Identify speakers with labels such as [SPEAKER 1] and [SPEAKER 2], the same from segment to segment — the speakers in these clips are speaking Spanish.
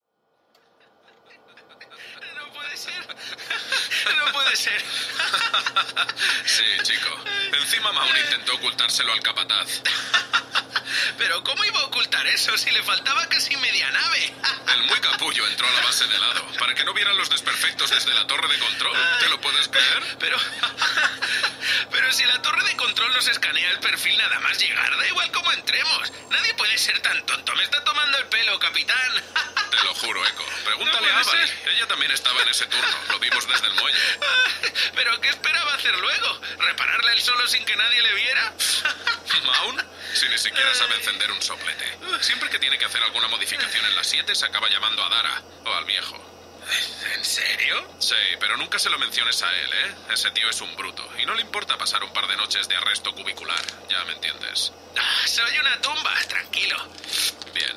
[SPEAKER 1] no puede ser.
[SPEAKER 2] Sí, chico. Encima Mauro intentó ocultárselo al capataz.
[SPEAKER 1] Pero ¿cómo iba a ocultar eso si le faltaba casi media nave?
[SPEAKER 2] El muy capullo entró a la base de lado para que no vieran los desperfectos desde la torre de control. ¿Te lo puedes creer?
[SPEAKER 1] Pero. Pero si la torre de control nos escanea el perfil nada más llegar, da igual cómo entremos. Nadie puede ser tan tonto. Me está tomando el pelo, capitán.
[SPEAKER 2] Te lo juro, Eco. Pregúntale
[SPEAKER 1] No
[SPEAKER 2] a
[SPEAKER 1] puede
[SPEAKER 2] Avani.
[SPEAKER 1] ser.
[SPEAKER 2] Ella también estaba en ese turno. Lo vimos desde el muelle.
[SPEAKER 1] ¿Pero qué esperaba hacer luego? ¿Repararle el solo sin que nadie le viera?
[SPEAKER 2] ¿Maun? Si ni siquiera sabe encender un soplete. Siempre que tiene que hacer alguna modificación en las 7 se acaba llamando a Dara o al viejo.
[SPEAKER 1] ¿En serio?
[SPEAKER 2] Sí, pero nunca se lo menciones a él, ¿eh? Ese tío es un bruto y no le importa pasar un par de noches de arresto cubicular. Ya me entiendes.
[SPEAKER 1] Ah, soy una tumba, tranquilo.
[SPEAKER 2] Bien.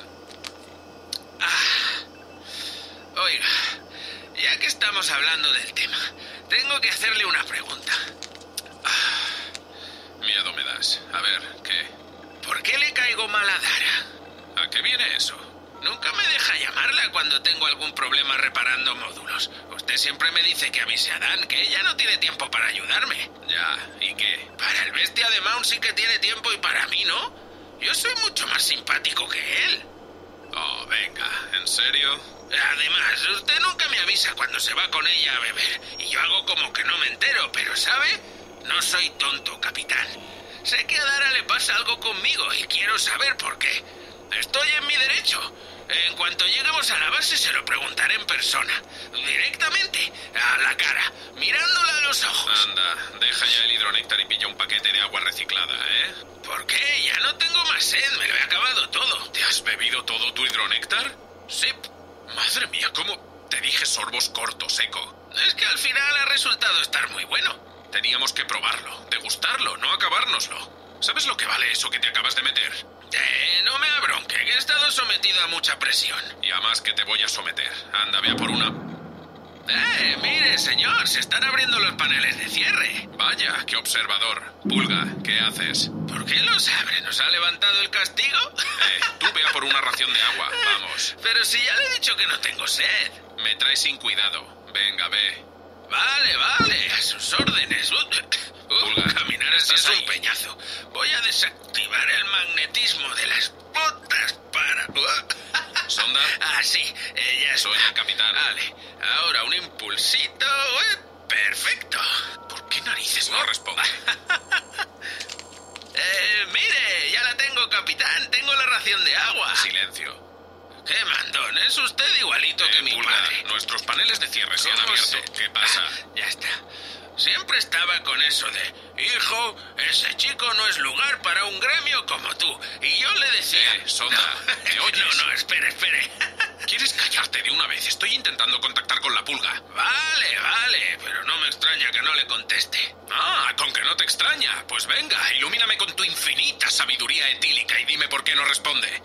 [SPEAKER 1] Oiga, ya que estamos hablando del tema, tengo que hacerle una pregunta.
[SPEAKER 2] Miedo me das. A ver, ¿qué?
[SPEAKER 1] ¿Por qué le caigo mal a Dara?
[SPEAKER 2] ¿A qué viene eso?
[SPEAKER 1] Nunca me deja llamarla cuando tengo algún problema reparando módulos. Usted siempre me dice que avise a Dan, que ella no tiene tiempo para ayudarme.
[SPEAKER 2] Ya, ¿y qué?
[SPEAKER 1] Para el bestia de Mount sí que tiene tiempo y para mí no. Yo soy mucho más simpático que él.
[SPEAKER 2] Oh, venga, ¿en serio?
[SPEAKER 1] Además, usted nunca me avisa cuando se va con ella a beber. Y yo hago como que no me entero, pero ¿sabe? No soy tonto, capitán. Sé que a Dara le pasa algo conmigo y quiero saber por qué. Estoy en mi derecho. En cuanto lleguemos a la base se lo preguntaré en persona. Directamente, a la cara, mirándola a los ojos.
[SPEAKER 2] Anda, deja ya el hidronectar y pilla un paquete de agua reciclada, ¿eh?
[SPEAKER 1] ¿Por qué? Ya no tengo más sed, me lo he acabado todo.
[SPEAKER 2] ¿Te has bebido todo tu hidronéctar?
[SPEAKER 1] Sí,
[SPEAKER 2] Madre mía, ¿cómo? Te dije sorbos cortos, Eco.
[SPEAKER 1] es que al final ha resultado estar muy bueno.
[SPEAKER 2] Teníamos que probarlo, degustarlo, no acabárnoslo. ¿Sabes lo que vale eso que te acabas de meter?
[SPEAKER 1] Eh, no me abronque, que he estado sometido a mucha presión.
[SPEAKER 2] Y a más que te voy a someter. Anda, ve a por una.
[SPEAKER 1] Eh, mire, señor, se están abriendo los paneles de cierre.
[SPEAKER 2] Vaya, qué observador. Pulga, ¿qué haces?
[SPEAKER 1] ¿Por qué los abre? ¿Nos ha levantado el castigo?
[SPEAKER 2] Eh, tú ve a por una ración de agua, vamos.
[SPEAKER 1] Pero si ya le he dicho que no tengo sed.
[SPEAKER 2] Me traes sin cuidado. Venga, ve.
[SPEAKER 1] Vale, vale, a sus órdenes. Uh, uh,
[SPEAKER 2] Pulga,
[SPEAKER 1] caminar así es
[SPEAKER 2] ¿estás
[SPEAKER 1] un
[SPEAKER 2] ahí?
[SPEAKER 1] peñazo. Voy a desactivar el magnetismo de las botas para... Uh,
[SPEAKER 2] Sonda,
[SPEAKER 1] Ah, sí, eh, ya
[SPEAKER 2] soy
[SPEAKER 1] está.
[SPEAKER 2] el capitán.
[SPEAKER 1] Vale, ahora un impulsito. eh, perfecto.
[SPEAKER 2] ¿Por qué narices no responde?
[SPEAKER 1] Eh, mire, ya la tengo, capitán. Tengo la ración de agua.
[SPEAKER 2] Silencio.
[SPEAKER 1] ¡Qué mandón! Es usted igualito que
[SPEAKER 2] Eh,
[SPEAKER 1] mi
[SPEAKER 2] Pulga,
[SPEAKER 1] padre.
[SPEAKER 2] nuestros paneles de cierre se han
[SPEAKER 1] ¿Cómo
[SPEAKER 2] abierto.
[SPEAKER 1] se-
[SPEAKER 2] ¿Qué pasa?
[SPEAKER 1] Ah, ya está. Siempre estaba con eso de, hijo, ese chico no es lugar para un gremio como tú. Y yo le decía...
[SPEAKER 2] Eh, Sonda, ¿me oyes?
[SPEAKER 1] No, no, espere, espere.
[SPEAKER 2] ¿Quieres callarte de una vez? Estoy intentando contactar con la pulga.
[SPEAKER 1] vale, vale, pero no me extraña que no le conteste.
[SPEAKER 2] Ah, con que no te extraña. Pues venga, ilumíname con tu infinita sabiduría etílica y dime por qué no responde.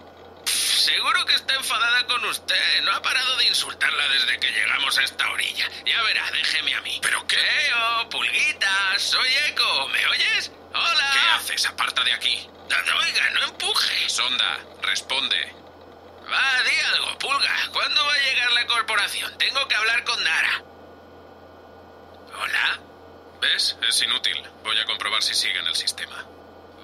[SPEAKER 1] Seguro que está enfadada con usted. No ha parado de insultarla desde que llegamos a esta orilla. Ya verá, déjeme a mí.
[SPEAKER 2] ¿Pero qué?
[SPEAKER 1] Eo, pulguita, soy Eco. ¿Me oyes? Hola.
[SPEAKER 2] ¿Qué haces? Aparta de aquí.
[SPEAKER 1] No, oiga, no empujes.
[SPEAKER 2] Sonda, responde.
[SPEAKER 1] Va, di algo, pulga. ¿Cuándo va a llegar la corporación? Tengo que hablar con Dara. Hola.
[SPEAKER 2] ¿Ves? Es inútil. Voy a comprobar si sigue en el sistema.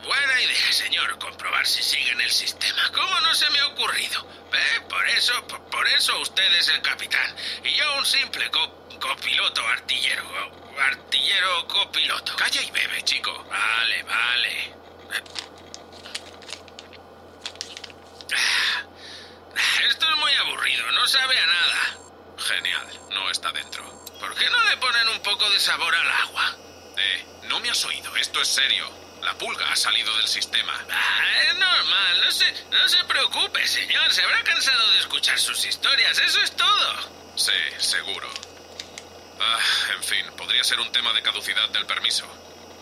[SPEAKER 1] Buena idea, señor, comprobar si sigue en el sistema. ¿Cómo no se me ha ocurrido? Eh, Por eso, por, por eso usted es el capitán. Y yo un simple co- copiloto, artillero. o- Artillero copiloto.
[SPEAKER 2] Calla y bebe, chico.
[SPEAKER 1] Vale, vale. Ah, Esto es muy aburrido, no sabe a nada.
[SPEAKER 2] Genial, no está dentro.
[SPEAKER 1] ¿Por qué no le ponen un poco de sabor al agua?
[SPEAKER 2] Eh, no me has oído, esto es serio. La pulga ha salido del sistema.
[SPEAKER 1] Ah, es normal, no se, no se preocupe, señor. Se habrá cansado de escuchar sus historias, eso es todo.
[SPEAKER 2] Sí, seguro. Ah, en fin, podría ser un tema de caducidad del permiso.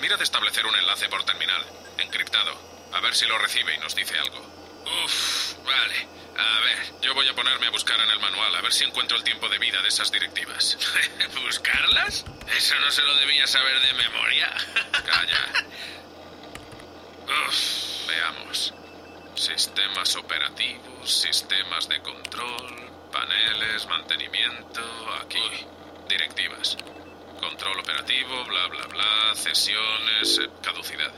[SPEAKER 2] Mira de establecer un enlace por terminal, encriptado. A ver si lo recibe y nos dice algo.
[SPEAKER 1] Uf, vale.
[SPEAKER 2] A ver, yo voy a ponerme a buscar en el manual a ver si encuentro el tiempo de vida de esas directivas.
[SPEAKER 1] ¿Buscarlas? Eso no se lo debía saber de memoria.
[SPEAKER 2] Calla,
[SPEAKER 1] Uf,
[SPEAKER 2] veamos. Sistemas operativos, sistemas de control, paneles, mantenimiento, aquí. Directivas. Control operativo, bla, bla, bla. Cesiones, eh, caducidad.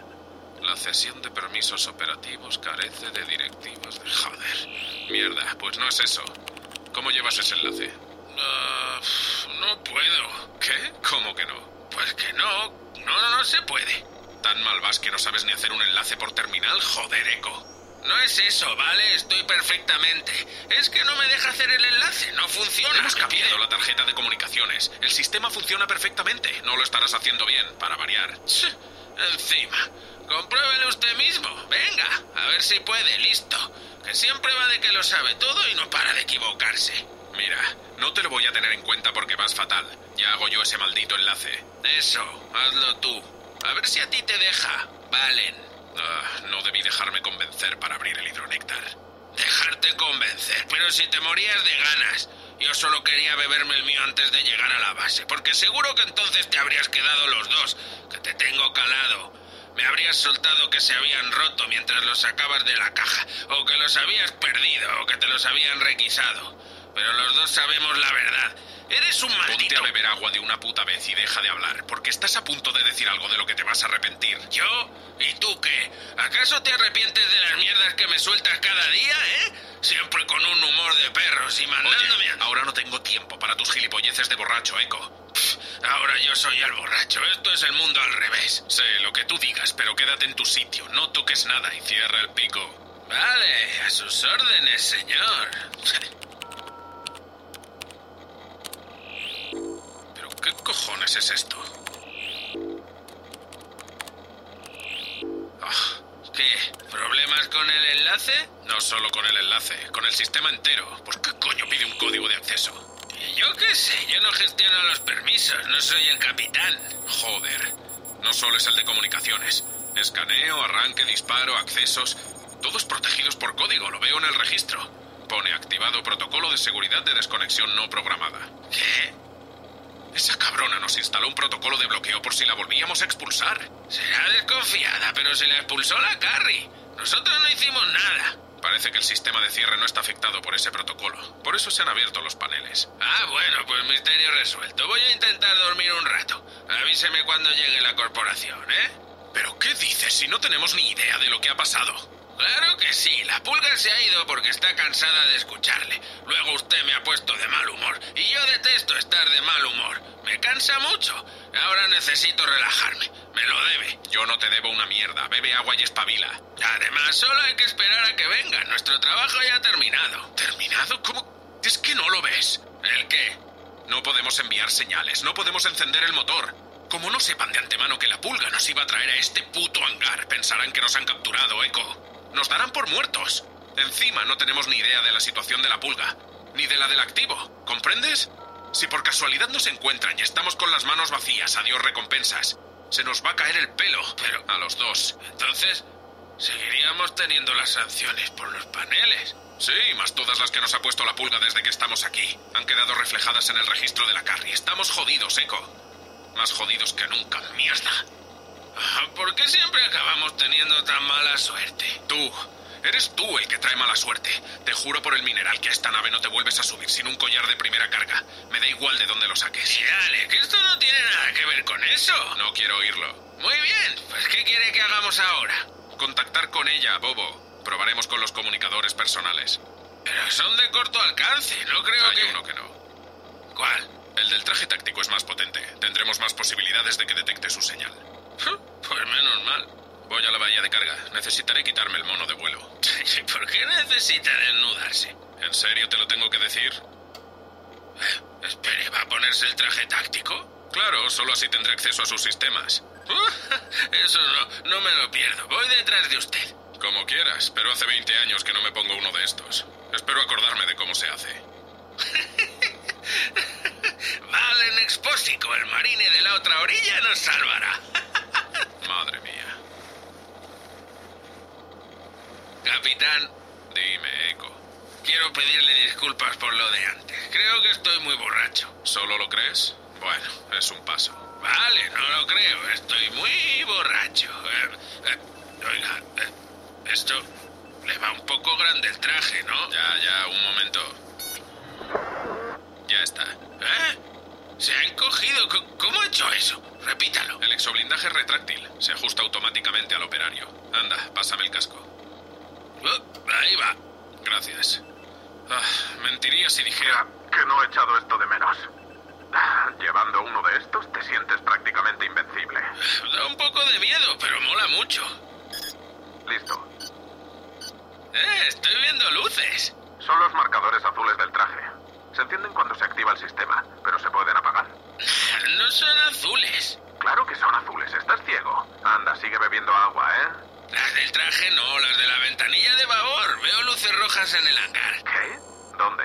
[SPEAKER 2] La cesión de permisos operativos carece de directivas de... Joder. Mierda, pues no es eso. ¿Cómo llevas ese enlace?
[SPEAKER 1] Ah, pf, no puedo.
[SPEAKER 2] ¿Qué? ¿Cómo que no?
[SPEAKER 1] Pues que no. No, no, no se puede.
[SPEAKER 2] Tan mal vas que no sabes ni hacer un enlace por terminal, joder, Eco.
[SPEAKER 1] No es eso, ¿vale? Estoy perfectamente. Es que no me deja hacer el enlace. No funciona.
[SPEAKER 2] Hemos
[SPEAKER 1] Me
[SPEAKER 2] cambiado
[SPEAKER 1] pide-
[SPEAKER 2] la tarjeta de comunicaciones. El sistema funciona perfectamente. No lo estarás haciendo bien, para variar.
[SPEAKER 1] Ch, Encima. Compruébelo usted mismo. Venga, a ver si puede. Listo. Que siempre va de que lo sabe todo y no para de equivocarse.
[SPEAKER 2] Mira, no te lo voy a tener en cuenta porque vas fatal. Ya hago yo ese maldito enlace.
[SPEAKER 1] Eso, hazlo tú. A ver si a ti te deja. Valen.
[SPEAKER 2] Ah, no debí dejarme convencer para abrir el hidronéctar.
[SPEAKER 1] Dejarte convencer. Pero si te morías de ganas. Yo solo quería beberme el mío antes de llegar a la base, porque seguro que entonces te habrías quedado los dos, que te tengo calado. Me habrías soltado que se habían roto mientras los sacabas de la caja, o que los habías perdido, o que te los habían requisado. Pero los dos sabemos la verdad. Eres un
[SPEAKER 2] Ponte
[SPEAKER 1] maldito...
[SPEAKER 2] a beber agua de una puta vez y deja de hablar, porque estás a punto de decir algo de lo que te vas a arrepentir.
[SPEAKER 1] ¿Yo? ¿Y tú qué? ¿Acaso te arrepientes de las mierdas que me sueltas cada día, eh? Siempre con un humor de perros y mandándome
[SPEAKER 2] Oye,
[SPEAKER 1] a...
[SPEAKER 2] ahora no tengo tiempo para tus gilipolleces de borracho, Eco.
[SPEAKER 1] Ahora yo soy el borracho, esto es el mundo al revés.
[SPEAKER 2] Sé lo que tú digas, pero quédate en tu sitio, no toques nada y cierra el pico.
[SPEAKER 1] Vale, a sus órdenes, señor.
[SPEAKER 2] ¿Pero qué cojones es esto? Ah,
[SPEAKER 1] ¿Qué? ¿Problemas con el enlace?
[SPEAKER 2] no solo con el enlace, con el sistema entero. Pues qué coño pide un código de acceso.
[SPEAKER 1] Yo qué sé, yo no gestiono los permisos, no soy el capitán.
[SPEAKER 2] Joder, no solo es el de comunicaciones. Escaneo, arranque, disparo, accesos. Todos protegidos por código, lo veo en el registro. Pone activado protocolo de seguridad de desconexión no programada.
[SPEAKER 1] ¿Qué?
[SPEAKER 2] Esa cabrona nos instaló un protocolo de bloqueo por si la volvíamos a expulsar.
[SPEAKER 1] Será desconfiada, pero se la expulsó la Carrie. Nosotros no hicimos nada.
[SPEAKER 2] Parece que el sistema de cierre no está afectado por ese protocolo. Por eso se han abierto los paneles.
[SPEAKER 1] Ah, bueno, pues misterio resuelto. Voy a intentar dormir un rato. Avíseme cuando llegue la corporación, ¿eh?
[SPEAKER 2] ¿Pero qué dices si no tenemos ni idea de lo que ha pasado?
[SPEAKER 1] Claro que sí, la pulga se ha ido porque está cansada de escucharle. Luego usted me ha puesto de mal humor y yo detesto estar de mal humor. Me cansa mucho. Ahora necesito relajarme. Me lo debe.
[SPEAKER 2] Yo no te debo una mierda. Bebe agua y espabila.
[SPEAKER 1] Además, solo hay que esperar a que venga. Nuestro trabajo ya ha terminado.
[SPEAKER 2] ¿Terminado? ¿Cómo? Es que no lo ves.
[SPEAKER 1] ¿El qué?
[SPEAKER 2] No podemos enviar señales, no podemos encender el motor. Como no sepan de antemano que la pulga nos iba a traer a este puto hangar, pensarán que nos han capturado, Eco. Nos darán por muertos. Encima no tenemos ni idea de la situación de la pulga, ni de la del activo, ¿comprendes? Si por casualidad nos encuentran y estamos con las manos vacías, adiós recompensas. Se nos va a caer el pelo, pero a los dos.
[SPEAKER 1] Entonces, seguiríamos teniendo las sanciones por los paneles.
[SPEAKER 2] Sí, más todas las que nos ha puesto la pulga desde que estamos aquí. Han quedado reflejadas en el registro de la Carrie. Estamos jodidos, Eco. Más jodidos que nunca, mierda.
[SPEAKER 1] Ah, ¿Por qué siempre acabamos teniendo tan mala suerte?
[SPEAKER 2] Tú, Eh, eres tú el que trae mala suerte. Te juro por el mineral que a esta nave no te vuelves a subir sin un collar de primera carga. Me da igual de dónde lo saques.
[SPEAKER 1] Y dale, que esto no tiene nada que ver con eso.
[SPEAKER 2] No quiero oírlo.
[SPEAKER 1] Muy bien, pues ¿qué quiere que hagamos ahora?
[SPEAKER 2] Contactar con ella, Bobo. Probaremos con los comunicadores personales.
[SPEAKER 1] Pero son de corto alcance, no creo
[SPEAKER 2] Hay
[SPEAKER 1] que...
[SPEAKER 2] uno que no.
[SPEAKER 1] ¿Cuál?
[SPEAKER 2] El del traje táctico es más potente. Tendremos más posibilidades de que detecte su señal.
[SPEAKER 1] Pues menos mal.
[SPEAKER 2] Voy a la bahía de carga. Necesitaré quitarme el mono de vuelo.
[SPEAKER 1] ¿Y por qué necesita desnudarse?
[SPEAKER 2] ¿En serio te lo tengo que decir?
[SPEAKER 1] Espere, ¿va a ponerse el traje táctico?
[SPEAKER 2] Claro, solo así tendré acceso a sus sistemas.
[SPEAKER 1] Eso no, no me lo pierdo. Voy detrás de usted.
[SPEAKER 2] Como quieras, pero hace 20 años que no me pongo uno de estos. Espero acordarme de cómo se hace.
[SPEAKER 1] Valen Expósico, el marine de la otra orilla, nos salvará.
[SPEAKER 2] Madre mía.
[SPEAKER 1] Capitán,
[SPEAKER 2] Dime, Eco.
[SPEAKER 1] quiero pedirle disculpas por lo de antes. Creo que estoy muy borracho.
[SPEAKER 2] ¿Solo lo crees? Bueno, es un paso.
[SPEAKER 1] Vale, no lo creo. Estoy muy borracho. Eh, eh, oiga, eh, esto le va un poco grande el traje, ¿no?
[SPEAKER 2] Ya, ya, un momento. Ya está.
[SPEAKER 1] ¿Eh? Se ha encogido. C- ¿Cómo ha hecho eso? Repítalo.
[SPEAKER 2] El exoblindaje retráctil se ajusta automáticamente al operario. Anda, pásame el casco.
[SPEAKER 1] Oh, ahí va.
[SPEAKER 2] Gracias. Ah, mentiría si dijera...
[SPEAKER 3] Mira, que no he echado esto de menos.
[SPEAKER 2] Ah,
[SPEAKER 3] Llevando uno de estos te sientes prácticamente invencible.
[SPEAKER 1] Da un poco de miedo, pero mola mucho.
[SPEAKER 3] Listo.
[SPEAKER 1] Eh, estoy viendo luces.
[SPEAKER 3] Son los marcadores azules del traje. Se encienden cuando se activa el sistema, pero se pueden apagar.
[SPEAKER 1] No son azules.
[SPEAKER 3] Claro que son azules, estás ciego. Anda, sigue bebiendo agua, ¿eh?
[SPEAKER 1] Las del traje no, las de la ventanilla de babor. Veo luces rojas en el hangar.
[SPEAKER 3] ¿Qué? ¿Dónde?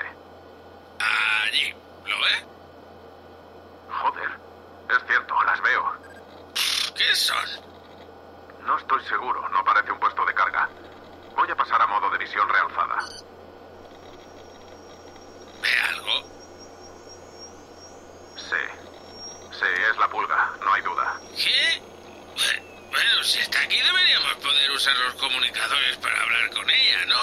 [SPEAKER 1] Allí. ¿Lo ve?
[SPEAKER 3] Joder. Es cierto, las veo.
[SPEAKER 1] ¿Qué son?
[SPEAKER 3] No estoy seguro, no parece un puesto de carga. Voy a pasar a modo de visión realzada.
[SPEAKER 1] ¿Ve algo?
[SPEAKER 3] Sí. Sí, es la pulga, no hay duda.
[SPEAKER 1] ¿Qué? Bueno, si está aquí deberíamos poder usar los comunicadores para hablar con ella, ¿no?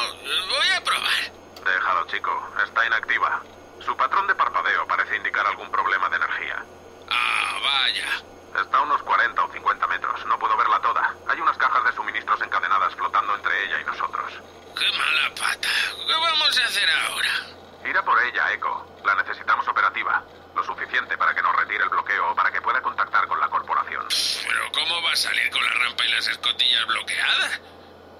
[SPEAKER 1] Voy a probar.
[SPEAKER 3] Déjalo, chico. Está inactiva. Su patrón de parpadeo parece indicar algún problema de energía.
[SPEAKER 1] Ah, vaya.
[SPEAKER 3] Está a unos 40 o 50 metros. No puedo verla toda. Hay unas cajas de suministros encadenadas flotando entre ella y nosotros.
[SPEAKER 1] Qué mala pata. ¿Qué vamos a hacer ahora?
[SPEAKER 3] Irá por ella, Echo. La necesitamos operativa. Lo suficiente para que nos retire el bloqueo o para que pueda contactar con la corporación.
[SPEAKER 1] ¿Pero cómo va a salir con la rampa y las escotillas bloqueadas?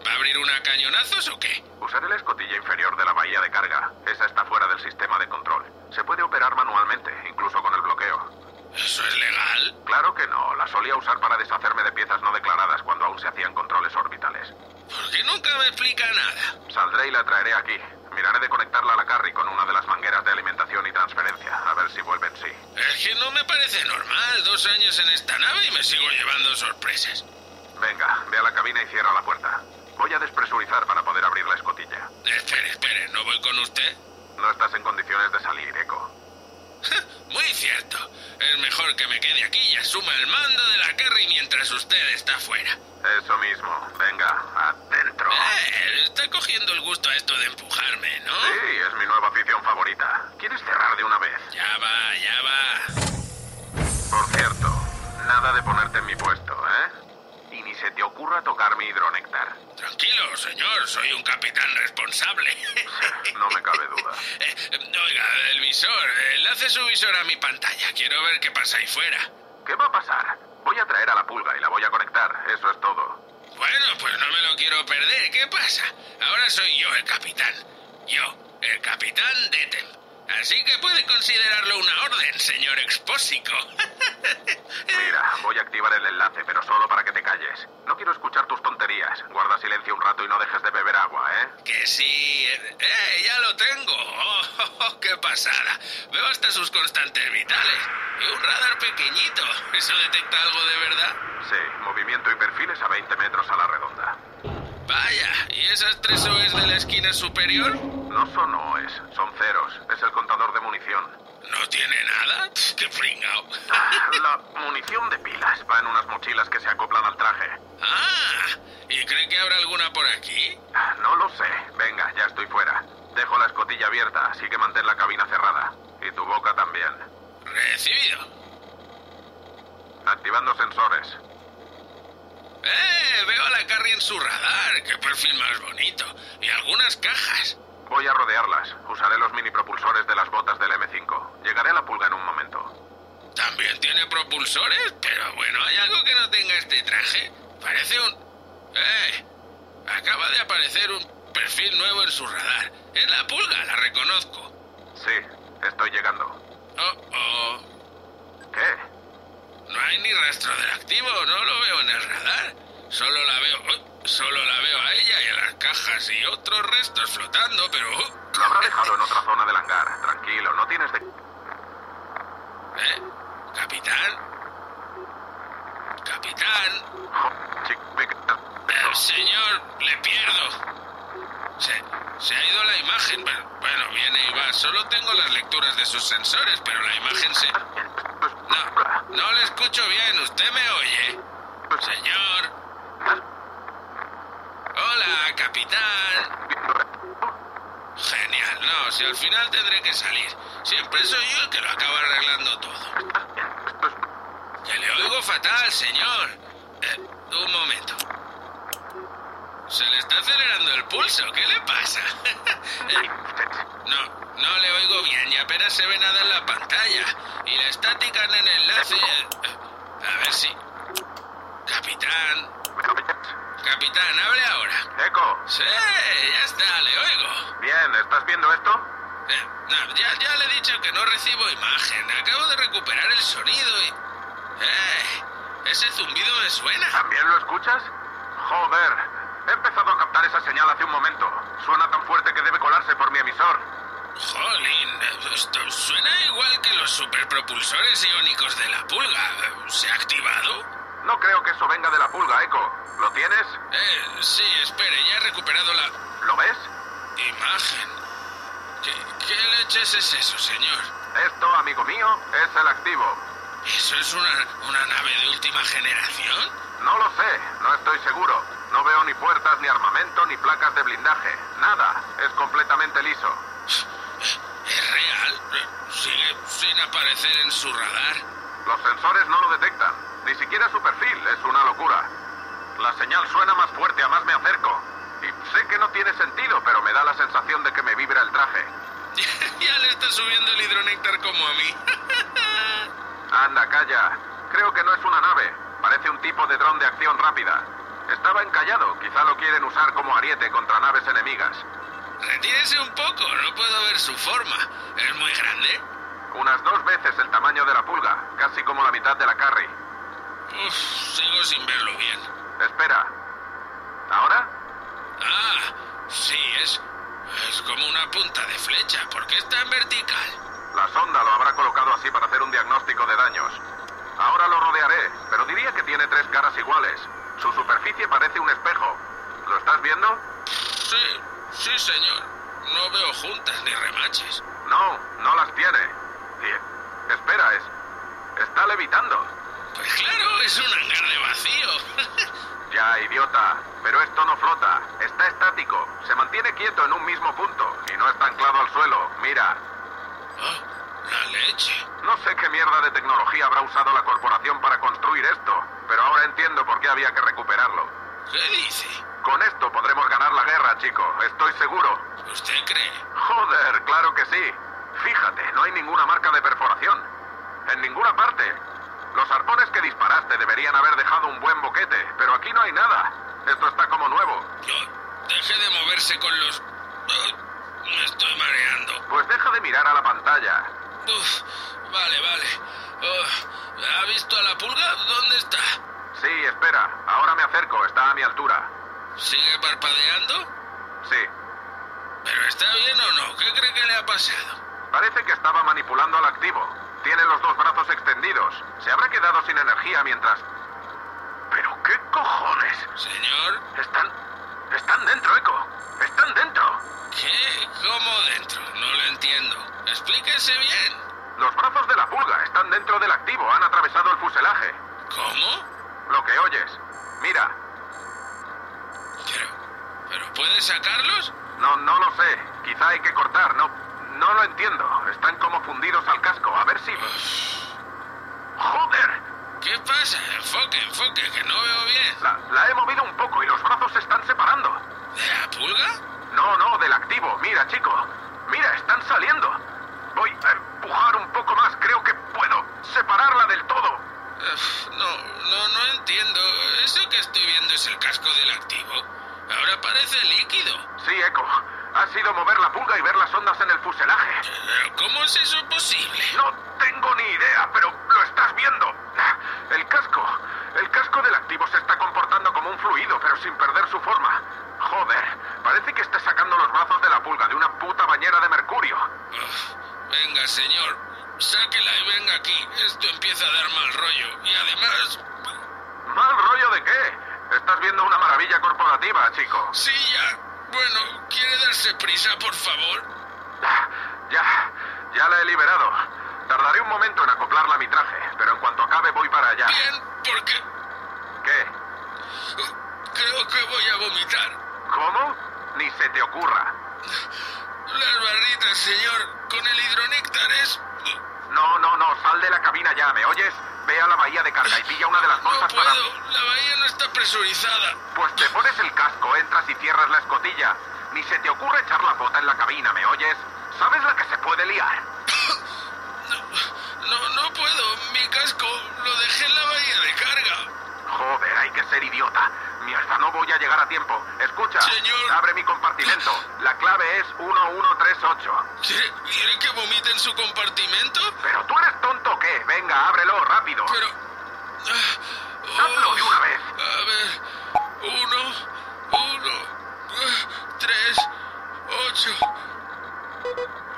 [SPEAKER 1] ¿Va a abrir una cañonazos o qué?
[SPEAKER 3] Usaré la escotilla inferior de la bahía de carga. Esa está fuera del sistema de control. Se puede operar manualmente, incluso con el bloqueo.
[SPEAKER 1] ¿Eso es legal?
[SPEAKER 3] Claro que no. La solía usar para deshacerme de piezas no declaradas cuando aún se hacían controles orbitales.
[SPEAKER 1] ¿Por qué nunca me explica nada?
[SPEAKER 3] Saldré y la traeré aquí. Miraré de conectarla a la carry con una de las mangueras de alimentación y transferencia, a ver si vuelve en sí.
[SPEAKER 1] Es que no me parece normal. Dos años en esta nave y me sigo llevando sorpresas.
[SPEAKER 3] Venga, ve a la cabina y cierra la puerta. Voy a despresurizar para poder abrir la escotilla.
[SPEAKER 1] Espere, espere, ¿no voy con usted?
[SPEAKER 3] No estás en condiciones de salir, Echo.
[SPEAKER 1] Muy cierto. Es mejor que me quede aquí y asuma el mando de la Kerry mientras usted está fuera.
[SPEAKER 3] Eso mismo. Venga, adentro.
[SPEAKER 1] Eh, está cogiendo el gusto a esto de empujarme, ¿no?
[SPEAKER 3] Sí, es mi nueva afición favorita. ¿Quieres cerrar de una vez?
[SPEAKER 1] Ya va, ya va.
[SPEAKER 3] Por cierto, nada de ponerte en mi puesto, ¿eh? Y ni se te ocurra tocar mi hidronectar.
[SPEAKER 1] Tranquilo, señor, soy un capitán responsable.
[SPEAKER 3] No me cabe duda.
[SPEAKER 1] Eh, eh, oiga, el visor, enlace su visor a mi pantalla. Quiero ver qué pasa ahí fuera.
[SPEAKER 3] ¿Qué va a pasar? Voy a traer a la pulga y la voy a conectar. Eso es todo.
[SPEAKER 1] Bueno, pues no me lo quiero perder. ¿Qué pasa? Ahora soy yo el capitán. Yo, el capitán Detem. Así que puede considerarlo una orden, señor expósico.
[SPEAKER 3] Mira, voy a activar el enlace, pero solo para que te calles. No quiero escuchar tus tonterías. Guarda silencio un rato y no dejes de beber agua, ¿eh?
[SPEAKER 1] que sí. eh, ¡Eh, ya lo tengo! ¡Oh, qué pasada! Veo hasta sus constantes vitales. Y un radar pequeñito. ¿Eso detecta algo de verdad?
[SPEAKER 3] Sí, movimiento y perfiles a 20 metros a la redonda.
[SPEAKER 1] Vaya, ¿y esas tres OEs de la esquina superior?
[SPEAKER 3] No son OEs, son ceros. Es el contador de munición.
[SPEAKER 1] ¿No tiene nada? Pf, ¡Qué fringao!
[SPEAKER 3] Ah, La munición de pilas va en unas mochilas que se acoplan al traje.
[SPEAKER 1] ¡Ah! ¿Y cree que habrá alguna por aquí?
[SPEAKER 3] Ah, No lo sé. Venga, ya estoy fuera. Dejo la escotilla abierta, así que mantén la cabina cerrada. Y tu boca también.
[SPEAKER 1] Recibido.
[SPEAKER 3] Activando sensores.
[SPEAKER 1] ¡Eh! Veo a la Carrie en su radar. ¡Qué perfil más bonito! Y algunas cajas.
[SPEAKER 3] Voy a rodearlas. Usaré los mini propulsores de las botas del M5. Llegaré a la pulga en un momento.
[SPEAKER 1] También tiene propulsores, pero bueno, hay algo que no tenga este traje. Parece un... ¡Eh! Acaba de aparecer un perfil nuevo en su radar. Es la pulga, la reconozco.
[SPEAKER 3] Sí, estoy llegando.
[SPEAKER 1] Oh, oh.
[SPEAKER 3] ¿Qué?
[SPEAKER 1] No hay ni rastro del activo, no lo veo en el radar. Solo la veo, uy, solo la veo a ella y a las cajas y otros restos flotando, pero uh,
[SPEAKER 3] Lo habrá dejado en otra zona del hangar. Tranquilo, no tienes de...
[SPEAKER 1] ¿eh? capitán, capitán,
[SPEAKER 3] Jo- chi- me ca-
[SPEAKER 1] el señor, le pierdo. Se, se ha ido la imagen, bueno, bueno, viene y va. Solo tengo las lecturas de sus sensores, pero la imagen se. No, no le escucho bien. ¿Usted me oye, señor? Hola, capitán. Genial, no, si al final tendré que salir. Siempre soy yo el que lo acaba arreglando todo.
[SPEAKER 3] ¿Estás bien? Esto es...
[SPEAKER 1] Que le oigo fatal, señor. Eh, un momento. Se le está acelerando el pulso, ¿qué le pasa? Eh, no, no le oigo bien y apenas se ve nada en la pantalla. Y la estática en el enlace... eh, a ver si... Capitán,
[SPEAKER 3] ¿Me oyes?
[SPEAKER 1] capitán, hable ahora.
[SPEAKER 3] Eco,
[SPEAKER 1] Sí, ya está, le oigo.
[SPEAKER 3] bien, ¿estás viendo esto?
[SPEAKER 1] Eh, no, ya, ya le he dicho que no recibo imagen. Acabo de recuperar el sonido y... Eh, ese zumbido me suena.
[SPEAKER 3] ¿También lo escuchas? Joder, he empezado a captar esa señal hace un momento. Suena tan fuerte que debe colarse por mi emisor.
[SPEAKER 1] Jolín, esto suena igual que los superpropulsores iónicos de la pulga. ¿Se ha activado?
[SPEAKER 3] No creo que eso venga de la pulga, Eco. ¿Lo tienes?
[SPEAKER 1] Eh, sí, espere, ya he recuperado la
[SPEAKER 3] ¿Lo ves?
[SPEAKER 1] imagen. ¿Qué, qué leches es eso, señor?
[SPEAKER 3] Esto, amigo mío, es el activo.
[SPEAKER 1] ¿Eso es una, una nave de última generación?
[SPEAKER 3] No lo sé, no estoy seguro. No veo ni puertas, ni armamento, ni placas de blindaje. Nada, es completamente liso.
[SPEAKER 1] ¿Es real? Eh, ¿Sigue sin aparecer en su radar?
[SPEAKER 3] Los sensores no lo detectan. Ni siquiera su perfil es una locura. La señal suena más fuerte a más me acerco. Y sé que no tiene sentido, pero me da la sensación de que me vibra el traje.
[SPEAKER 1] ya le está subiendo el hidronéctar como a mí.
[SPEAKER 3] Anda, calla. Creo que no es una nave. Parece un tipo de dron de acción rápida. Estaba encallado. Quizá lo quieren usar como ariete contra naves enemigas.
[SPEAKER 1] Retírese un poco, no puedo ver su forma. ¿Es muy grande?
[SPEAKER 3] Unas dos veces el tamaño de la pulga, casi como la mitad de la carry.
[SPEAKER 1] Uf, sigo sin verlo bien.
[SPEAKER 3] Espera. ¿Ahora?
[SPEAKER 1] Ah, sí, es. Es como una punta de flecha, porque está en vertical.
[SPEAKER 3] La sonda lo habrá colocado así para hacer un diagnóstico de daños. Ahora lo rodearé, pero diría que tiene tres caras iguales. Su superficie parece un espejo. ¿Lo estás viendo?
[SPEAKER 1] Sí, sí, señor. No veo juntas ni remaches.
[SPEAKER 3] No, no las tiene. Y- Espera, es... Está levitando.
[SPEAKER 1] Pues claro, es un hangar de vacío.
[SPEAKER 3] Ya, idiota. Pero esto no flota. Está estático. Se mantiene quieto en un mismo punto. Y no está anclado al suelo. Mira.
[SPEAKER 1] Oh, la leche.
[SPEAKER 3] No sé qué mierda de tecnología habrá usado la corporación para construir esto. Pero ahora entiendo por qué había que recuperarlo.
[SPEAKER 1] ¿Qué dice?
[SPEAKER 3] Con esto podremos ganar la guerra, chico. Estoy seguro.
[SPEAKER 1] ¿Usted cree?
[SPEAKER 3] Joder, claro que sí. Fíjate, no hay ninguna marca de perforación. En ninguna parte. Los arpones que disparaste deberían haber dejado un buen boquete, pero aquí no hay nada. Esto está como nuevo.
[SPEAKER 1] Yo, deje de moverse con los. Ay, me estoy mareando.
[SPEAKER 3] Pues deja de mirar a la pantalla.
[SPEAKER 1] Uf, vale, vale. Oh, ¿Ha visto a la pulga? ¿Dónde está?
[SPEAKER 3] Sí, espera. Ahora me acerco. Está a mi altura.
[SPEAKER 1] ¿Sigue parpadeando?
[SPEAKER 3] Sí.
[SPEAKER 1] ¿Pero está bien o no? ¿Qué cree que le ha pasado?
[SPEAKER 3] Parece que estaba manipulando al activo. Tiene los dos brazos extendidos. Se habrá quedado sin energía mientras... ¿Pero qué cojones?
[SPEAKER 1] Señor,
[SPEAKER 3] Están... Están dentro, Eco. Están dentro.
[SPEAKER 1] ¿qué? ¿Cómo dentro? No lo entiendo. Explíquese bien.
[SPEAKER 3] Los brazos de la pulga están dentro del activo, han atravesado el fuselaje.
[SPEAKER 1] ¿Cómo?
[SPEAKER 3] Lo que oyes. Mira,
[SPEAKER 1] Pero, ¿pero puede sacarlos?
[SPEAKER 3] no, no lo sé. Quizá hay que cortar, no. No lo entiendo. Están como fundidos al casco. A ver si. ¡Joder!
[SPEAKER 1] ¿Qué pasa? Enfoque, enfoque, que no veo bien.
[SPEAKER 3] La, la he movido un poco y los brazos se están separando.
[SPEAKER 1] ¿De la pulga?
[SPEAKER 3] No, no, del activo. Mira, chico. Mira, están saliendo. Voy a empujar un poco más. Creo que puedo separarla del todo.
[SPEAKER 1] Uf, no, no, no entiendo. Eso que estoy viendo es el casco del activo. Ahora parece líquido.
[SPEAKER 3] Sí, Eco. Ha sido mover la pulga y ver las ondas en el fuselaje.
[SPEAKER 1] ¿Pero ¿Cómo es eso posible?
[SPEAKER 3] No tengo ni idea, pero lo estás viendo. El casco. El casco del activo se está comportando como un fluido, pero sin perder su forma. Joder, parece que está sacando los brazos de la pulga de una puta bañera de mercurio.
[SPEAKER 1] Uf, Ah, venga, señor, sáquela y venga aquí. Esto empieza a dar mal rollo. Y además...
[SPEAKER 3] ¿Mal rollo de qué? Estás viendo una maravilla corporativa, chico.
[SPEAKER 1] Sí, ya. Bueno, ¿quiere darse prisa, por favor?
[SPEAKER 3] Ya, ya la he liberado. Tardaré un momento en acoplarla a mi traje, pero en cuanto acabe voy para allá.
[SPEAKER 1] Bien, porque
[SPEAKER 3] ¿Qué?
[SPEAKER 1] uh, creo que voy a vomitar.
[SPEAKER 3] ¿Cómo? Ni se te ocurra.
[SPEAKER 1] Las barritas, señor, con el hidronéctar es...
[SPEAKER 3] No, no, no, sal de la cabina ya, ¿me oyes? Ve a la bahía de carga y pilla una de las
[SPEAKER 1] No
[SPEAKER 3] bolsas para...
[SPEAKER 1] puedo, la bahía no está presurizada.
[SPEAKER 3] Pues te pones el casco, entras y cierras la escotilla. Ni se te ocurre echar la bota en la cabina, ¿me oyes? ¿Sabes la que se puede liar?
[SPEAKER 1] No, no puedo, mi casco lo dejé en la bahía de carga.
[SPEAKER 3] Joder, hay que ser idiota. Mierda, no voy a llegar a tiempo. Escucha,
[SPEAKER 1] Señor.
[SPEAKER 3] abre mi compartimento. La clave es 1138.
[SPEAKER 1] ¿Quiere, quiere que vomite en su compartimento?
[SPEAKER 3] ¿Pero tú eres tonto o qué? Venga, ábrelo, rápido.
[SPEAKER 1] Pero... ah, oh,
[SPEAKER 3] Hazlo de una vez.
[SPEAKER 1] A ver... Uno, uno, ah, tres, ocho...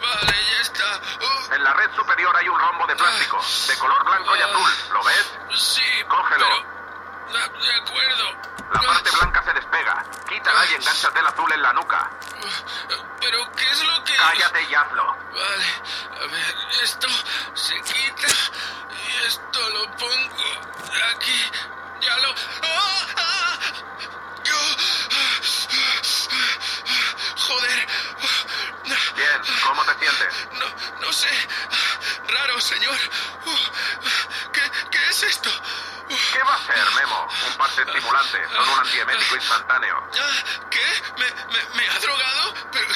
[SPEAKER 1] Vale, ya está. Uh,
[SPEAKER 3] En la red superior hay un rombo de plástico, de color blanco y azul. ¿Lo ves?
[SPEAKER 1] sí,
[SPEAKER 3] Cógelo.
[SPEAKER 1] pero- ah, De acuerdo.
[SPEAKER 3] La parte
[SPEAKER 1] Ah,
[SPEAKER 3] blanca se despega. Quítala y engánchate el azul en la nuca.
[SPEAKER 1] Pero, ¿qué es lo que...?
[SPEAKER 3] Cállate y hazlo.
[SPEAKER 1] Vale, a ver, esto se quita y esto lo pongo aquí. Ya lo. ¡Ah! ¡Ah! Yo- ¡Ah! Joder.
[SPEAKER 3] Bien, ¿cómo te sientes?
[SPEAKER 1] No, no sé. Raro, señor. ¿Qué, qué es esto?
[SPEAKER 3] ¿Qué va a ser, Memo? Un parche estimulante, son un antiemético instantáneo.
[SPEAKER 1] Ah, ¿Qué? ¿Me, me, me ha drogado? Pero,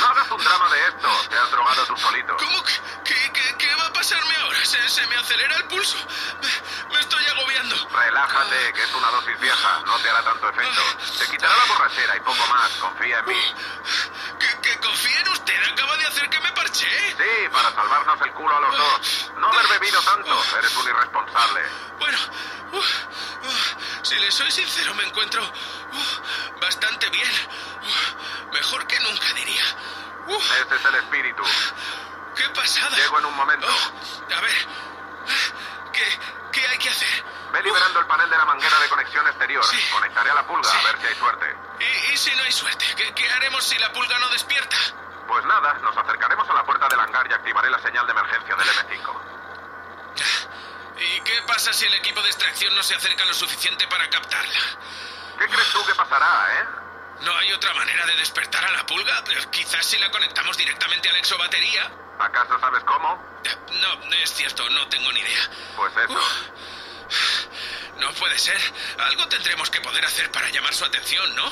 [SPEAKER 3] No hagas un drama de esto, te has drogado tú solito.
[SPEAKER 1] ¿Cómo? que- ¿Qué, qué, qué va a pasarme ahora? Se, se me acelera el pulso. Me, me estoy agobiando.
[SPEAKER 3] Relájate, que es una dosis vieja, no te hará tanto efecto. Te quitará la borrachera y poco más, confía en mí.
[SPEAKER 1] Que, que confíe en usted, acaba de hacer que me parché.
[SPEAKER 3] Sí, para salvarnos el culo a los dos. No haber bebido tanto, eres un irresponsable.
[SPEAKER 1] Bueno, uf, uf, si le soy sincero, me encuentro uf, bastante bien. Uf, mejor que nunca, diría. Uf,
[SPEAKER 3] Ese es el espíritu.
[SPEAKER 1] ¡Qué pasada!
[SPEAKER 3] Llego en un momento.
[SPEAKER 1] Oh, a ver, ¿qué, ¿qué hay que hacer?
[SPEAKER 3] Ve liberando el panel de la manguera de conexión exterior.
[SPEAKER 1] Sí.
[SPEAKER 3] Conectaré a la pulga, a ver si hay suerte.
[SPEAKER 1] ¿Y, y si no hay suerte? ¿Qué, qué haremos si la pulga no despierta?
[SPEAKER 3] Pues nada, nos acercaremos a la puerta del hangar y activaré la señal de emergencia del M5.
[SPEAKER 1] ¿Y qué pasa si el equipo de extracción no se acerca lo suficiente para captarla?
[SPEAKER 3] ¿Qué crees tú que pasará, eh?
[SPEAKER 1] ¿No hay otra manera de despertar a la pulga? Pero Quizás si la conectamos directamente al exobatería.
[SPEAKER 3] ¿Acaso sabes cómo?
[SPEAKER 1] Eh, No, es cierto, no tengo ni idea.
[SPEAKER 3] Pues eso.
[SPEAKER 1] No puede ser. Algo tendremos que poder hacer para llamar su atención, ¿no?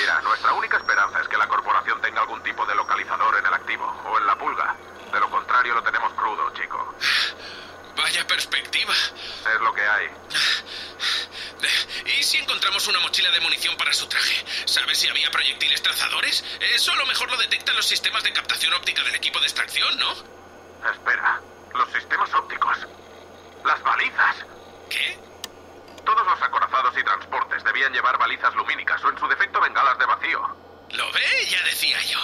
[SPEAKER 3] Mira, nuestra única esperanza es que la corporación tenga algún tipo de localizador en el activo o en la pulga. De lo contrario lo tenemos crudo, chico.
[SPEAKER 1] Vaya perspectiva.
[SPEAKER 3] Es lo que hay.
[SPEAKER 1] Eh, ¿Y si encontramos una mochila de munición para su traje? ¿Sabes si había proyectiles trazadores? Eso a lo mejor lo detectan los sistemas de captación óptica del equipo de extracción, ¿no?
[SPEAKER 3] Espera, los sistemas ópticos. Las balizas.
[SPEAKER 1] ¿Qué?
[SPEAKER 3] Todos los acorazados y transportes debían llevar balizas lumínicas o en su defecto bengalas de vacío.
[SPEAKER 1] ¿Lo ve? Ya decía yo.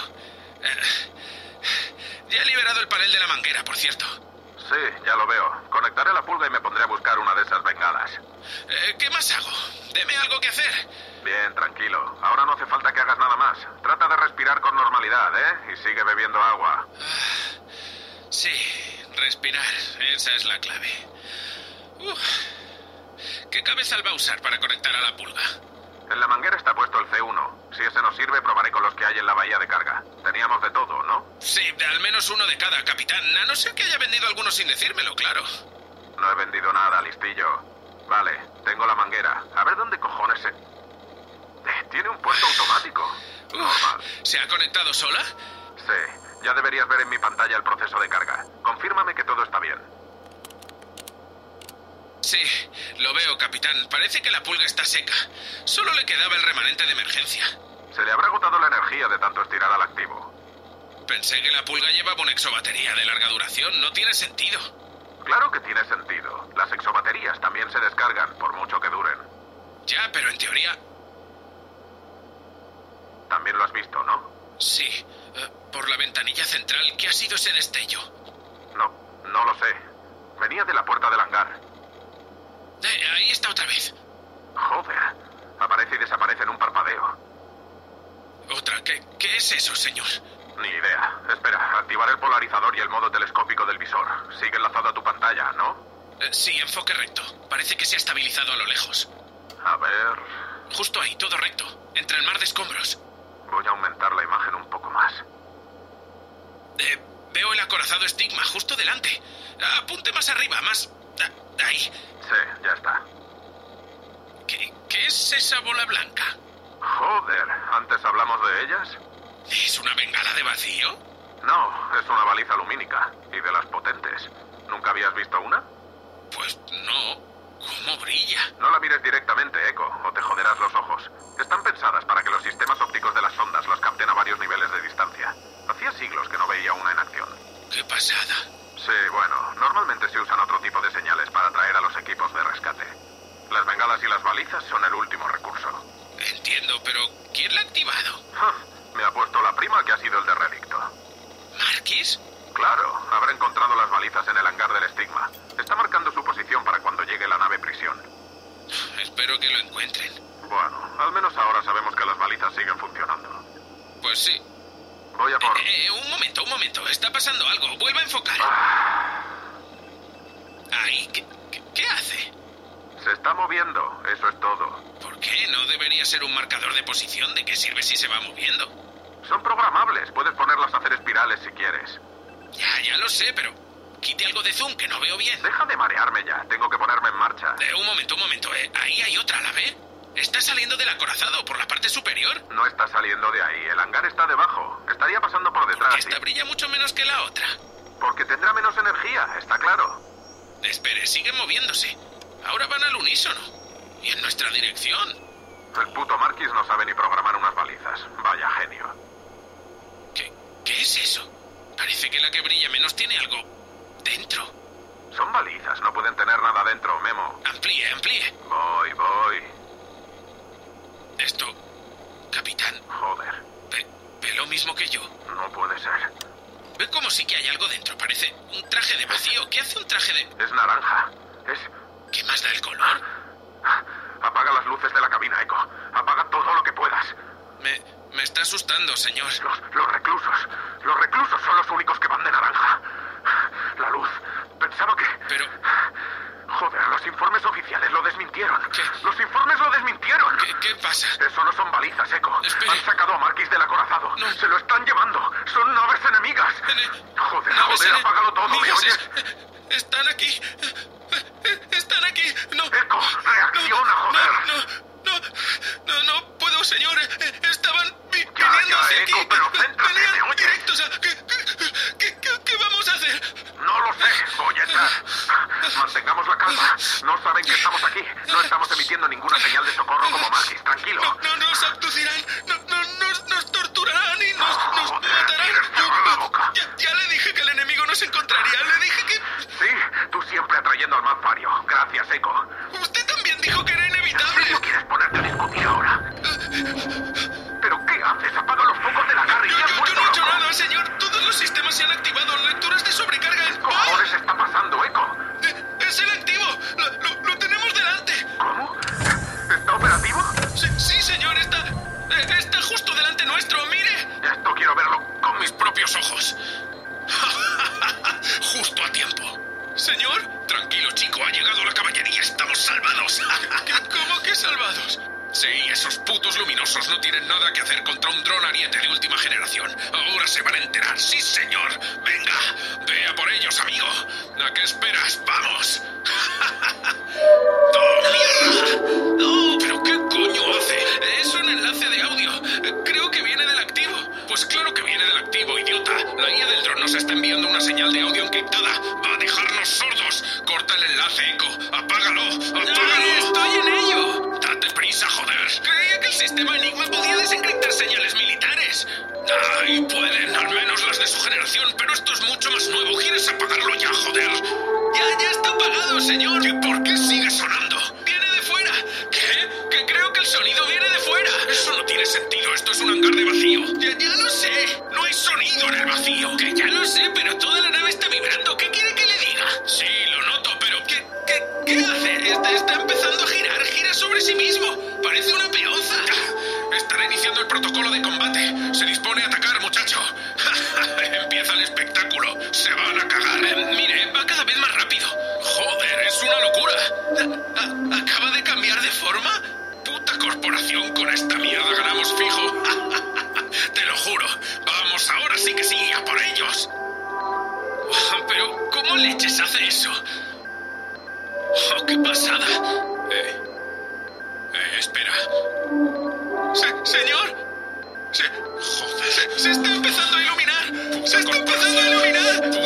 [SPEAKER 1] Eh, Ya he liberado el panel de la manguera, por cierto.
[SPEAKER 3] Sí, ya lo veo. Conectaré la pulga y me pondré a buscar una de esas bengalas.
[SPEAKER 1] Eh, ¿Qué más hago? Deme algo que hacer.
[SPEAKER 3] Bien, tranquilo. Ahora no hace falta que hagas nada más. Trata de respirar con normalidad, ¿eh? Y sigue bebiendo agua.
[SPEAKER 1] Sí, respirar, esa es la clave. Uf. ¿Qué cabezal va a usar para conectar a la pulga?
[SPEAKER 3] En la manguera está puesto el C1. Si ese no sirve, probaré con los que hay en la bahía de carga. Teníamos de todo, ¿no?
[SPEAKER 1] Sí, de al menos uno de cada, capitán, a no ser que haya vendido alguno sin decírmelo, claro.
[SPEAKER 3] No he vendido nada, listillo. Vale, tengo la manguera. A ver dónde cojones se... Eh, Tiene un puerto automático.
[SPEAKER 1] Uf.
[SPEAKER 3] Normal.
[SPEAKER 1] ¿Se ha conectado sola?
[SPEAKER 3] Sí, ya deberías ver en mi pantalla el proceso de carga. Confírmame que todo está bien.
[SPEAKER 1] Sí, lo veo, capitán. Parece que la pulga está seca. Solo le quedaba el remanente de emergencia.
[SPEAKER 3] Se le habrá agotado la energía de tanto estirar al activo.
[SPEAKER 1] Pensé que la pulga llevaba una exobatería de larga duración. No tiene sentido.
[SPEAKER 3] Claro que tiene sentido. Las exobaterías también se descargan, por mucho que duren.
[SPEAKER 1] Ya, pero en teoría,
[SPEAKER 3] También lo has visto, ¿no?
[SPEAKER 1] sí. Eh, por la ventanilla central, ¿qué ha sido ese destello?
[SPEAKER 3] No, no lo sé. Venía de la puerta del hangar.
[SPEAKER 1] Eh, ahí está otra vez.
[SPEAKER 3] Joder, aparece y desaparece en un parpadeo.
[SPEAKER 1] Otra, ¿qué, qué es eso, señor?
[SPEAKER 3] Ni idea. Espera, activaré el polarizador y el modo telescópico del visor. Sigue enlazado a tu pantalla, ¿no?
[SPEAKER 1] Eh, sí, enfoque recto. Parece que se ha estabilizado a lo lejos.
[SPEAKER 3] A ver...
[SPEAKER 1] Justo ahí, todo recto, entre el mar de escombros.
[SPEAKER 3] Voy a aumentar la imagen un poco más.
[SPEAKER 2] Eh, veo el acorazado estigma justo delante. Apunte más arriba, más... a- Ahí.
[SPEAKER 3] Sí, ya está.
[SPEAKER 2] ¿Qué, qué es esa bola blanca?
[SPEAKER 3] Joder, ¿antes hablamos de ellas?
[SPEAKER 2] ¿Es una bengala de vacío?
[SPEAKER 3] No, es una baliza lumínica y de las potentes. ¿Nunca habías visto una?
[SPEAKER 2] Pues no. ¿Cómo brilla?
[SPEAKER 3] No la mires directamente, Echo, o te joderás los ojos. Están pensadas para que los sistemas ópticos de las ondas las capten a varios niveles de distancia. Hacía siglos que no veía una en acción.
[SPEAKER 2] Qué pasada.
[SPEAKER 3] Sí, bueno, normalmente se usan otro tipo de señales para atraer a los equipos de rescate. Las bengalas y las balizas son el último recurso.
[SPEAKER 2] Entiendo, pero ¿quién la ha activado?
[SPEAKER 3] Ja, Me ha puesto la prima que ha sido el de relicto.
[SPEAKER 2] ¿Marquis?
[SPEAKER 3] Claro, habrá encontrado las balizas en el hangar del estigma. Está marcando su posición para cuando llegue la nave prisión.
[SPEAKER 2] Espero que lo encuentren.
[SPEAKER 3] Bueno, al menos ahora sabemos que las balizas siguen funcionando.
[SPEAKER 2] Pues sí.
[SPEAKER 3] Voy a por...
[SPEAKER 2] Eh, eh, un momento, un momento. Está pasando algo. Vuelva a enfocar.
[SPEAKER 3] Ah,
[SPEAKER 2] Ahí, ¿qué, qué- qué hace?
[SPEAKER 3] se está moviendo, eso es todo.
[SPEAKER 2] ¿Por qué? No debería ser un marcador de posición. ¿De qué sirve si se va moviendo?
[SPEAKER 3] Son programables, puedes ponerlas a hacer espirales si quieres.
[SPEAKER 2] Ya, ya lo sé, pero quite algo de zoom que no veo bien.
[SPEAKER 3] Deja de marearme ya, tengo que ponerme en marcha.
[SPEAKER 2] Eh, un momento, un momento. eh, Ahí hay otra, ¿la ve? Está saliendo del acorazado por la parte superior.
[SPEAKER 3] No está saliendo de ahí, el hangar está debajo. Estaría pasando por
[SPEAKER 2] Que
[SPEAKER 3] detrás.
[SPEAKER 2] esta
[SPEAKER 3] y-
[SPEAKER 2] brilla mucho menos que la otra.
[SPEAKER 3] Porque tendrá menos energía, está claro.
[SPEAKER 2] Espere, siguen moviéndose. Ahora van al unísono. Y en nuestra dirección.
[SPEAKER 3] El puto Marquis no sabe ni programar unas balizas. Vaya genio.
[SPEAKER 2] ¿Qué, qué es eso? Parece que la que brilla menos tiene algo dentro.
[SPEAKER 3] Son balizas, no pueden tener nada dentro, Memo.
[SPEAKER 2] Amplíe, amplíe.
[SPEAKER 3] Voy, voy.
[SPEAKER 2] Esto... Capitán,
[SPEAKER 3] Joder,
[SPEAKER 2] ve, ve lo mismo que yo.
[SPEAKER 3] no puede ser.
[SPEAKER 2] Ve como sí que hay algo dentro. Parece un traje de vacío. ¿Qué hace un traje de...?
[SPEAKER 3] Es naranja. Es...
[SPEAKER 2] ¿Qué más da el color?
[SPEAKER 3] Apaga las luces de la cabina, Echo. Apaga todo lo que puedas.
[SPEAKER 2] Me, me está asustando, señor.
[SPEAKER 3] Los, los reclusos. Los reclusos son los únicos que van de naranja. La luz. Pensaba que...
[SPEAKER 2] Pero...
[SPEAKER 3] Joder, los informes oficiales lo desmintieron.
[SPEAKER 2] ¿Qué?
[SPEAKER 3] Los informes lo desmintieron.
[SPEAKER 2] ¿Qué, qué pasa?
[SPEAKER 3] Eso no son balizas, Eco.
[SPEAKER 2] Espere.
[SPEAKER 3] Han sacado a Marquis del acorazado.
[SPEAKER 2] No.
[SPEAKER 3] Se lo están llevando. Son naves enemigas.
[SPEAKER 2] Ene-
[SPEAKER 3] Joder,
[SPEAKER 2] naves
[SPEAKER 3] joder,
[SPEAKER 2] ene-
[SPEAKER 3] apágalo todo, ¿me
[SPEAKER 2] migas,
[SPEAKER 3] oyes?
[SPEAKER 2] es- Están aquí. Están aquí. No.
[SPEAKER 3] Eco, reacciona, joder.
[SPEAKER 2] No, no, no, no, no puedo, señor. Estaban vi-
[SPEAKER 3] Ya,
[SPEAKER 2] viniendo
[SPEAKER 3] ya,
[SPEAKER 2] hacia
[SPEAKER 3] Eco,
[SPEAKER 2] aquí.
[SPEAKER 3] pero céntrate,
[SPEAKER 2] Venían
[SPEAKER 3] ¿me oyes?
[SPEAKER 2] directos a... ¿Qué, qué- qué- qué vamos a hacer?
[SPEAKER 3] No lo sé. Voy a entrar. Mantengamos la calma. No saben que estamos aquí. No estamos emitiendo ninguna señal de socorro como Marquis. Tranquilo.
[SPEAKER 2] No, no nos abducirán, no, no, nos, nos torturarán y nos, nos
[SPEAKER 3] Joder,
[SPEAKER 2] matarán.
[SPEAKER 3] tienes cerrada la boca.
[SPEAKER 2] Ya, ya le dije que el enemigo nos encontraría. Le dije que...
[SPEAKER 3] Sí, tú siempre atrayendo al malfario. Gracias, Eco.
[SPEAKER 2] Usted también dijo que era
[SPEAKER 3] ¿En
[SPEAKER 2] inevitable.
[SPEAKER 3] serio quieres ponerte a discutir ahora? ¿Pero qué haces? Apaga los focos de la carrilla.
[SPEAKER 2] Yo,
[SPEAKER 3] y
[SPEAKER 2] yo-
[SPEAKER 3] has
[SPEAKER 2] yo
[SPEAKER 3] vuelto
[SPEAKER 2] no he hecho
[SPEAKER 3] loco.
[SPEAKER 2] nada, señor. Todos los sistemas se han activado. Lecturas de sobrecarga en...
[SPEAKER 3] cojones está pasando, Eco?
[SPEAKER 2] Eh, ¡Es el activo! Lo, lo- lo tenemos delante!
[SPEAKER 3] ¿Cómo? ¿Está operativo?
[SPEAKER 2] Sí, sí, señor, está... eh, Está justo delante nuestro, mire.
[SPEAKER 3] Esto quiero verlo con mis...
[SPEAKER 2] propios ojos. Ah, justo a tiempo. Señor, tranquilo, chico. Ha llegado la caballería. Estamos salvados. ¿Cómo que salvados? Sí, esos putos luminosos no tienen nada que hacer contra un dron ariete de última generación. Ahora se van a enterar. Sí, señor. Venga, vea por ellos, amigo. ¿A qué esperas? ¡Vamos! ¡Oh, mierda! ¡No! ¿Pero qué coño hace? Es un enlace de audio. Eh, Creo que viene del activo. Pues claro que viene del activo, idiota. La guía del dron nos está enviando una señal de audio encriptada. ¡Va a dejarnos sordos! ¡Corta el enlace, Echo! ¡Apágalo! ¡Apágalo! ¡Estoy en ello! ¡Date prisa, joder! Creía que el sistema Enigma podía desencriptar señales militares. ¡Ay, pueden! Al menos las de su generación, pero esto es mucho más nuevo. ¿Quieres apagarlo ya, joder? Ya, ya está apagado, señor. ¿Y por qué sigue sonando? Viene de fuera. ¿Qué? Que creo que el sonido viene de fuera. Eso no tiene sentido. Esto es un hangar de vacío. Ya, ya lo sé. No hay sonido en el vacío. Que ya lo sé, pero toda la nave está vibrando. ¿Qué quiere que le diga? Sí, lo noto, pero ¿qué, qué, qué hace? Está, está empezando a girar. Gira sobre sí mismo. Parece una peonza. Ah, Estará iniciando el protocolo de combate. Se dispone a atacar, muchacho. Empieza el espectáculo. Se van a cagar. Eh, mire, va cada vez más rápido. Joder, es una locura. ah, Ah, leches hace eso? ¡Oh, qué pasada!
[SPEAKER 1] Eh, eh, espera.
[SPEAKER 2] Se- señor, se,
[SPEAKER 1] Joder.
[SPEAKER 2] se- se está empezando a iluminar. Se está empezando a iluminar.